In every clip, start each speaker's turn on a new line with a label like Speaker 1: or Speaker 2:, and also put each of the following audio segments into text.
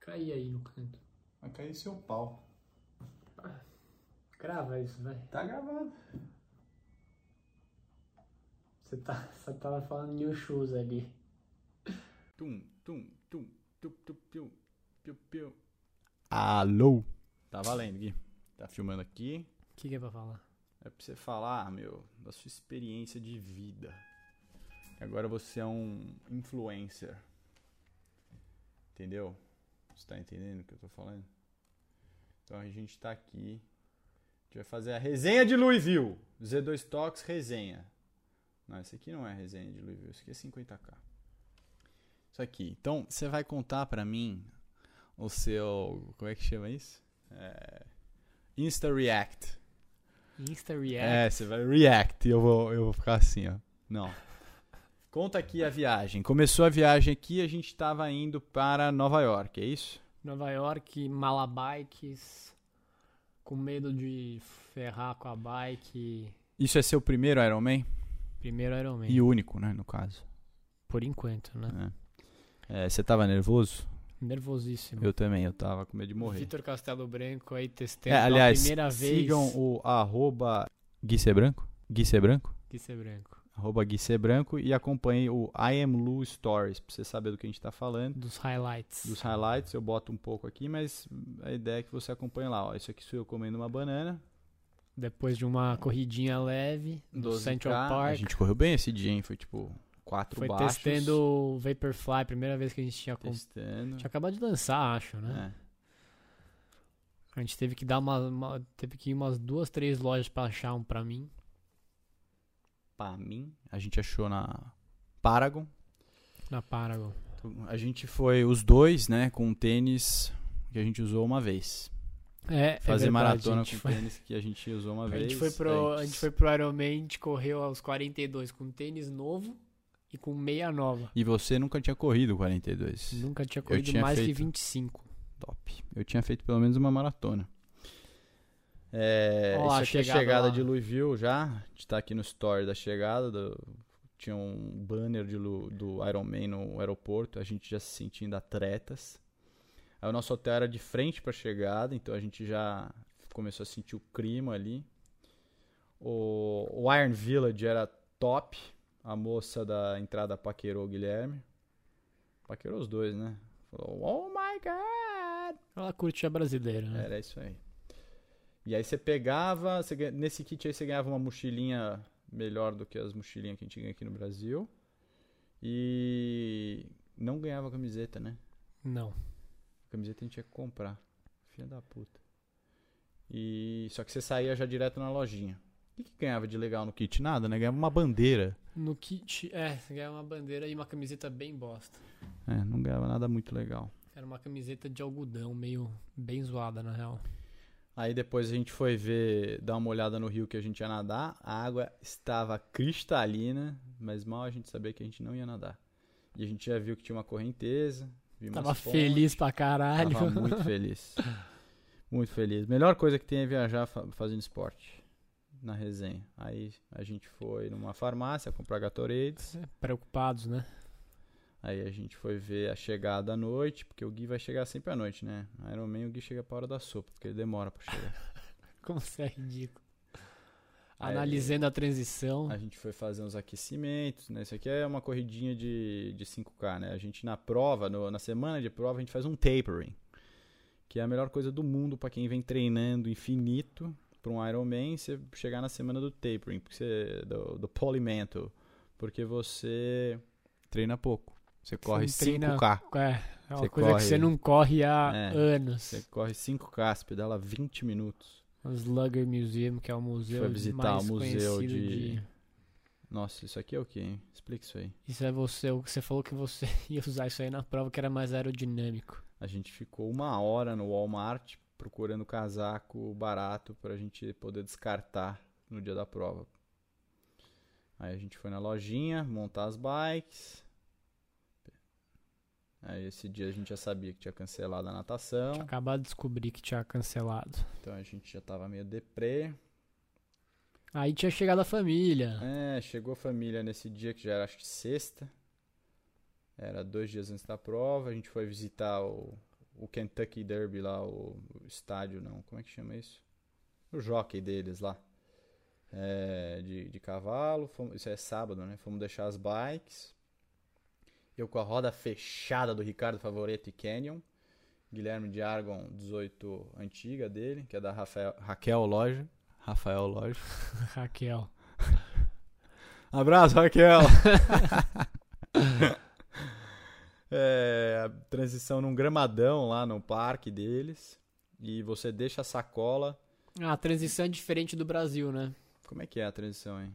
Speaker 1: cair aí no canto.
Speaker 2: Vai cair seu pau.
Speaker 1: Grava isso, vai.
Speaker 2: Tá gravado.
Speaker 1: Você, tá, você tava falando New Shoes ali.
Speaker 3: Tum, tum, tum, tum, tum, piu, piu, piu.
Speaker 2: Alô?
Speaker 3: Tá valendo, Gui. Tá filmando aqui.
Speaker 1: O que, que é pra falar?
Speaker 3: É pra você falar, meu, da sua experiência de vida. Agora você é um influencer. Entendeu? Você tá entendendo o que eu tô falando? Então a gente tá aqui. A gente vai fazer a resenha de Louisville. Z2 Talks resenha. Não, esse aqui não é a resenha de Louisville. Isso aqui é 50k. Isso aqui. Então você vai contar pra mim o seu. Como é que chama isso? É, Insta React.
Speaker 1: Insta React.
Speaker 3: É, você vai react e eu vou, eu vou ficar assim, ó. Não. Conta aqui a viagem. Começou a viagem aqui, a gente tava indo para Nova York, é isso?
Speaker 1: Nova York, malabikes. Com medo de ferrar com a bike.
Speaker 3: Isso é seu primeiro Iron Man?
Speaker 1: Primeiro Iron Man.
Speaker 3: E único, né, no caso.
Speaker 1: Por enquanto, né?
Speaker 3: É, você tava nervoso?
Speaker 1: Nervosíssimo.
Speaker 3: Eu também, eu tava com medo de morrer.
Speaker 1: Vitor Castelo Branco aí testando
Speaker 3: É, aliás,
Speaker 1: pela primeira vez.
Speaker 3: sigam o arroba Gui Sebranco, Gui Sebranco,
Speaker 1: Que ser branco.
Speaker 3: arroba Gui Sebranco e acompanhe o I Am Lu Stories, pra você saber do que a gente tá falando.
Speaker 1: Dos highlights.
Speaker 3: dos highlights, eu boto um pouco aqui, mas a ideia é que você acompanhe lá. Ó, isso aqui sou eu comendo uma banana.
Speaker 1: Depois de uma corridinha leve no
Speaker 3: 12K.
Speaker 1: Central Park.
Speaker 3: A gente correu bem esse dia, hein? Foi tipo quatro
Speaker 1: Foi
Speaker 3: baixos.
Speaker 1: testando o Vaporfly, primeira vez que a gente tinha comprado.
Speaker 3: Testando.
Speaker 1: Tinha acabado de lançar, acho, né?
Speaker 3: É.
Speaker 1: A gente teve que dar uma, uma- Teve que ir umas duas, três lojas pra achar um pra mim.
Speaker 3: Pra mim, a gente achou na Paragon.
Speaker 1: Na Paragon.
Speaker 3: A gente foi os dois, né? Com um tênis que a gente usou uma vez.
Speaker 1: É, é
Speaker 3: Fazer
Speaker 1: verdade, a
Speaker 3: maratona
Speaker 1: gente
Speaker 3: com
Speaker 1: foi,
Speaker 3: tênis que a gente usou uma
Speaker 1: a
Speaker 3: vez. é
Speaker 1: gente foi pro, a gente foi pro Ironman, a gente correu aos 42 com um tênis novo e com meia nova.
Speaker 3: E você nunca tinha corrido 42.
Speaker 1: Nunca tinha corrido
Speaker 3: tinha
Speaker 1: mais que
Speaker 3: feito.
Speaker 1: 25.
Speaker 3: Top. Eu tinha feito pelo menos uma maratona. É,
Speaker 1: Ó,
Speaker 3: isso
Speaker 1: a
Speaker 3: aqui é
Speaker 1: chegada
Speaker 3: a chegada
Speaker 1: lá.
Speaker 3: de Louisville já. A gente tá aqui no story da chegada. do- Tinha um banner de Lu- do Iron Man no aeroporto. A gente já se sentindo atletas. Aí o nosso hotel era de frente pra chegada, então a gente já começou a sentir o clima ali. O, o Iron Village era top. A moça da entrada paquerou o Guilherme. Paquerou os dois, né? Falou, oh my god!
Speaker 1: Ela curte a brasileira, né?
Speaker 3: Era isso aí. E aí você pegava, você ganha- nesse kit aí você ganhava uma mochilinha melhor do que as mochilinhas que a gente ganha aqui no Brasil. E não ganhava camiseta, né?
Speaker 1: Não.
Speaker 3: Camiseta a gente tinha que comprar. Filha da puta. E só que você saía já direto na lojinha. O que, que ganhava de legal no kit? Nada, né? Ganhava uma bandeira.
Speaker 1: No kit, é, você ganha uma bandeira e uma camiseta bem bosta.
Speaker 3: É, não ganhava nada muito legal.
Speaker 1: Era uma camiseta de algodão, meio bem zoada, na real.
Speaker 3: Aí depois a gente foi ver, dar uma olhada no rio que a gente ia nadar. A água estava cristalina, mas mal a gente sabia que a gente não ia nadar. E a gente já viu que tinha uma correnteza. viu umas
Speaker 1: Tava
Speaker 3: pontes,
Speaker 1: feliz pra caralho.
Speaker 3: Tava muito feliz. Muito feliz. Melhor coisa que tem é viajar fa- fazendo esporte. Na resenha. Aí a gente foi numa farmácia comprar Gatorades.
Speaker 1: Preocupados, né?
Speaker 3: Aí a gente foi ver a chegada à noite, porque o Gui vai chegar sempre à noite, né? Iron Man o Gui chega pra hora da sopa, porque ele demora pra chegar.
Speaker 1: Como você é ridículo.
Speaker 3: Aí-
Speaker 1: Analisando a transição.
Speaker 3: A gente foi fazer uns aquecimentos, né? Isso aqui é uma corridinha de, de 5K, né? A gente na prova, no- na semana de prova, a gente faz um tapering, que é a melhor coisa do mundo pra quem vem treinando infinito pra um Ironman, você chegar na semana do tapering, porque você, do, do polimento, porque você treina pouco. Você corre
Speaker 1: não treina-
Speaker 3: 5K.
Speaker 1: É, é uma coisa
Speaker 3: Você
Speaker 1: que
Speaker 3: corre-
Speaker 1: você não corre há
Speaker 3: É,
Speaker 1: anos.
Speaker 3: Você corre 5K, você pedala 20 minutos.
Speaker 1: O Slugger Museum, que é o museu
Speaker 3: Foi visitar
Speaker 1: mais
Speaker 3: o museu
Speaker 1: conhecido de...
Speaker 3: de- Nossa, isso aqui é o quê, hein? Explica isso aí.
Speaker 1: Isso é você, o que você falou que você ia usar isso aí na prova, que era mais aerodinâmico.
Speaker 3: A gente ficou uma hora no Walmart procurando casaco barato pra gente poder descartar no dia da prova. Aí a gente foi na lojinha montar as bikes. Aí esse dia a gente já sabia que tinha cancelado a
Speaker 1: Tinha
Speaker 3: natação,
Speaker 1: acabado de descobrir que tinha cancelado.
Speaker 3: então a gente já tava meio deprê.
Speaker 1: Aí tinha chegado a família.
Speaker 3: É, chegou a família nesse dia que já era acho que sexta. Era dois dias antes da prova, a gente foi visitar o, o Kentucky Derby lá, o, o estádio não, como é que chama isso? O jockey deles lá. É, de, de cavalo, fomos- isso é sábado, né? Fomos deixar as bikes. Eu com a roda fechada do Ricardo Favoreto e Canyon. Guilherme de Argon, 18 antiga dele, que é da Rafael, Raquel Loja. Rafael Loja.
Speaker 1: Raquel.
Speaker 3: Abraço, Raquel! É, a transição num gramadão lá no parque deles. E você deixa a sacola.
Speaker 1: Ah, a transição é diferente do Brasil, né?
Speaker 3: Como é que é a transição, hein?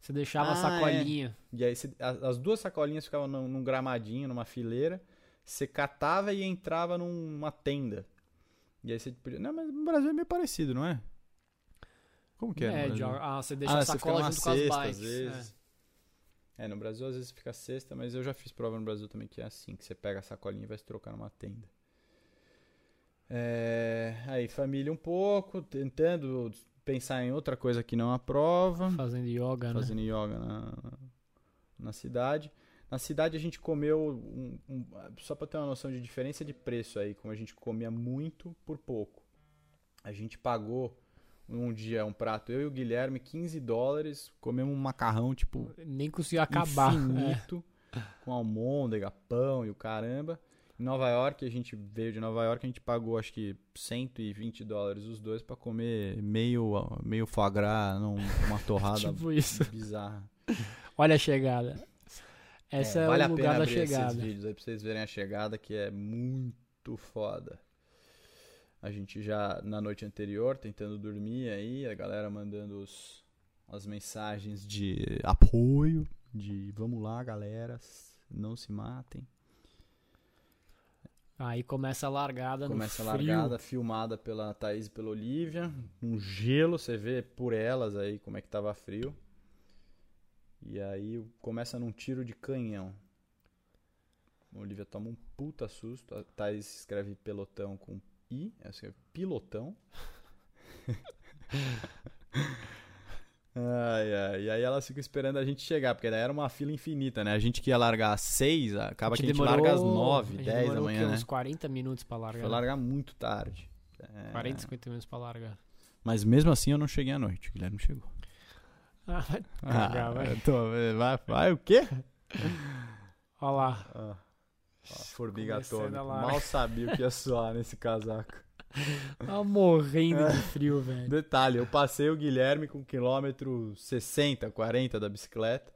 Speaker 1: Você deixava a
Speaker 3: Ah,
Speaker 1: sacolinha.
Speaker 3: E aí você- a- as duas sacolinhas ficavam num, num gramadinho, numa fileira. Você catava e entrava num- numa tenda. E aí você podia. Não, mas no Brasil é meio parecido, não é? Como que é? no
Speaker 1: É,
Speaker 3: Brasil?
Speaker 1: de- ah, você deixa a
Speaker 3: você fica
Speaker 1: sacola
Speaker 3: numa
Speaker 1: junto com as
Speaker 3: cesta,
Speaker 1: bikes. né?
Speaker 3: Às vezes. É. no Brasil às vezes fica sexta, mas eu já fiz prova no Brasil também que é assim, que você pega a sacolinha e vai se trocar numa tenda. É, aí família um pouco, tentando pensar em outra coisa que não a prova
Speaker 1: é. Fazendo yoga, né?
Speaker 3: fazendo yoga na, na cidade. Na cidade a gente comeu, um- um- só para ter uma noção de diferença de preço aí, como a gente comia muito por pouco. A gente pagou um dia um prato, eu e o Guilherme, 15 dólares, comemos um macarrão tipo
Speaker 1: Nem conseguiu acabar. É.
Speaker 3: infinito, com almôndega, pão e o caramba. Em Nova York, a gente veio de Nova York, a gente pagou acho que 120 dólares os dois para comer meio, meio foie gras, num- uma torrada
Speaker 1: Tipo isso.
Speaker 3: bizarra.
Speaker 1: Olha a chegada. Essa é,
Speaker 3: vale
Speaker 1: o
Speaker 3: a pena
Speaker 1: lugar da
Speaker 3: abrir esses
Speaker 1: chegada.
Speaker 3: vídeos aí pra vocês verem a chegada, que é muito foda. A gente já, na noite anterior, tentando dormir aí, a galera mandando os, as mensagens de apoio, de vamos lá, galera, s- não se matem.
Speaker 1: Aí começa a largada
Speaker 3: Começa a
Speaker 1: no frio.
Speaker 3: largada, filmada pela Thaís e pela Olivia. Um gelo, você vê por elas aí como é que tava frio. E aí começa num tiro de canhão. A Olivia toma um puta susto. A Thaís escreve pelotão com I, ela escreve pilotão. ai, ai. E aí elas ficam esperando a gente chegar, porque daí era uma fila infinita, né? A gente que ia largar às 6, acaba que a gente larga às 9, 10 da manhã, né?
Speaker 1: uns 40 minutos pra largar.
Speaker 3: Foi largar muito tarde. É,
Speaker 1: 40, 50 minutos pra largar.
Speaker 3: Mas mesmo assim eu não cheguei à noite, o Guilherme chegou.
Speaker 1: Ah, vai cagar, vai.
Speaker 3: eu tô- é, vai, vai o quê?
Speaker 1: Olha lá.
Speaker 3: Ah, ó, formiga
Speaker 1: Começando
Speaker 3: atômica.
Speaker 1: a largar.
Speaker 3: Mal sabia o que ia soar nesse casaco.
Speaker 1: Tá morrendo de frio, velho.
Speaker 3: Detalhe, eu passei o Guilherme com quilômetro 60, 40 da bicicleta.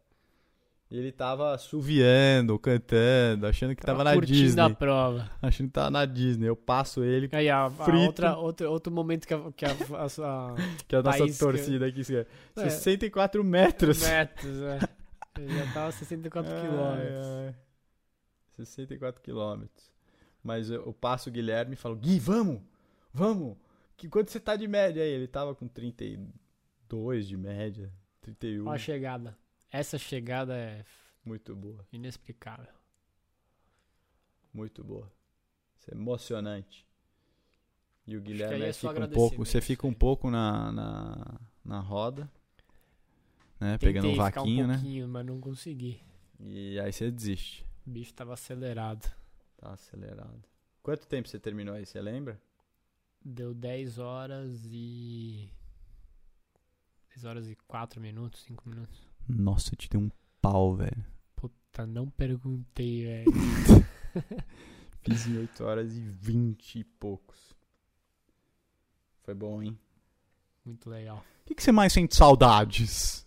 Speaker 3: E ele tava assoviando, cantando, achando que tava, na
Speaker 1: Tá Curtindo
Speaker 3: Disney.
Speaker 1: a É, prova.
Speaker 3: Achando que tava na Disney. Eu passo ele,
Speaker 1: Aí, a, a
Speaker 3: Frito.
Speaker 1: outra, outro, outro momento que a, que a, a, a
Speaker 3: que é a nossa
Speaker 1: Faísca.
Speaker 3: torcida aqui. se-
Speaker 1: É.
Speaker 3: 64 metros.
Speaker 1: metros, é. Eu Já tava 64
Speaker 3: Ai,
Speaker 1: quilômetros.
Speaker 3: ai. 64 quilômetros. Mas eu, eu passo o Guilherme e falo, Gui, vamos! Vamos! Que, quanto você tá de média aí? Ele tava com 32 de média, 31.
Speaker 1: Olha a chegada. Essa chegada é
Speaker 3: Muito boa,
Speaker 1: inexplicável.
Speaker 3: muito boa. Isso é emocionante. E o
Speaker 1: que
Speaker 3: Guilherme
Speaker 1: aí é
Speaker 3: aí
Speaker 1: só
Speaker 3: fica um
Speaker 1: agradecimento,
Speaker 3: pouco. Você fica um
Speaker 1: né?
Speaker 3: pouco na, na, na roda. Né?
Speaker 1: Tentei
Speaker 3: Pegando um
Speaker 1: ficar
Speaker 3: vaquinho,
Speaker 1: um
Speaker 3: né?
Speaker 1: pouquinho, mas não consegui.
Speaker 3: E aí você desiste.
Speaker 1: O bicho tava acelerado.
Speaker 3: Tá acelerado. Quanto tempo você terminou aí? Você lembra?
Speaker 1: Deu 10 horas e... 10 horas e 4 minutos, 5 minutos.
Speaker 3: Nossa, eu te dei um pau, velho.
Speaker 1: Puta, não perguntei, velho.
Speaker 3: Fiz em 8 horas e 20 e poucos. Foi bom, hein?
Speaker 1: Muito legal.
Speaker 3: O que, você mais sente saudades?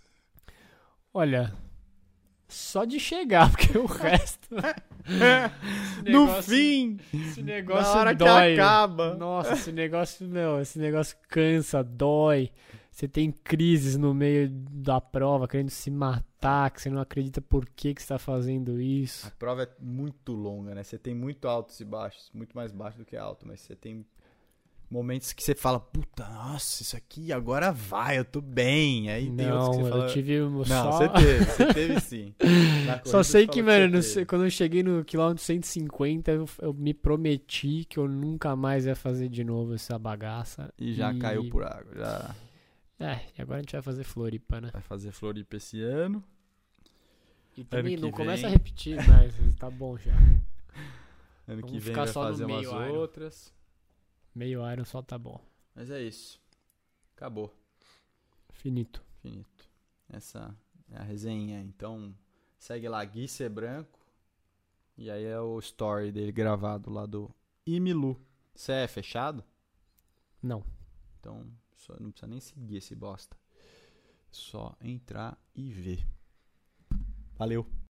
Speaker 1: Olha, só de chegar, porque o resto... Esse
Speaker 3: no
Speaker 1: negócio-
Speaker 3: fim,
Speaker 1: Esse negócio
Speaker 3: na hora
Speaker 1: dói. né?
Speaker 3: que acaba.
Speaker 1: Nossa, esse negócio, meu, esse negócio cansa, dói. Você tem crises no meio da prova, querendo se matar, que você não acredita por que, que você tá fazendo
Speaker 3: A
Speaker 1: isso.
Speaker 3: prova é muito longa, né? Você tem muito altos e baixos, muito mais baixo do que alto, mas você tem momentos que você fala, puta, nossa, isso aqui agora vai, eu tô bem. Aí tem
Speaker 1: não,
Speaker 3: outros que você
Speaker 1: eu
Speaker 3: fala.
Speaker 1: tive um-
Speaker 3: Não,
Speaker 1: só...
Speaker 3: você teve, você teve sim. Na corrida
Speaker 1: Só sei
Speaker 3: você
Speaker 1: que,
Speaker 3: falou
Speaker 1: mano, não
Speaker 3: você
Speaker 1: sei-
Speaker 3: teve.
Speaker 1: quando eu cheguei no quilômetro 150, eu, eu me prometi que eu nunca mais ia fazer de novo essa bagaça.
Speaker 3: E já caiu por água, já
Speaker 1: É, e agora a gente vai fazer Floripa, né?
Speaker 3: vai fazer Floripa esse ano.
Speaker 1: E também
Speaker 3: que
Speaker 1: não começa a
Speaker 3: vem.
Speaker 1: repetir mais, tá bom já.
Speaker 3: Ano que
Speaker 1: Vamos
Speaker 3: vem
Speaker 1: ficar
Speaker 3: vai
Speaker 1: só no
Speaker 3: fazer umas
Speaker 1: meio Iron.
Speaker 3: outras.
Speaker 1: Meio Iron só tá bom.
Speaker 3: Mas é isso. Acabou.
Speaker 1: Finito.
Speaker 3: Finito. Essa é a resenha. Então, segue lá Gui C. Branco. E aí é o story dele gravado lá do Imilu. Você é fechado?
Speaker 1: Não.
Speaker 3: Então, só- não precisa nem seguir esse bosta. Só entrar e ver. Valeu.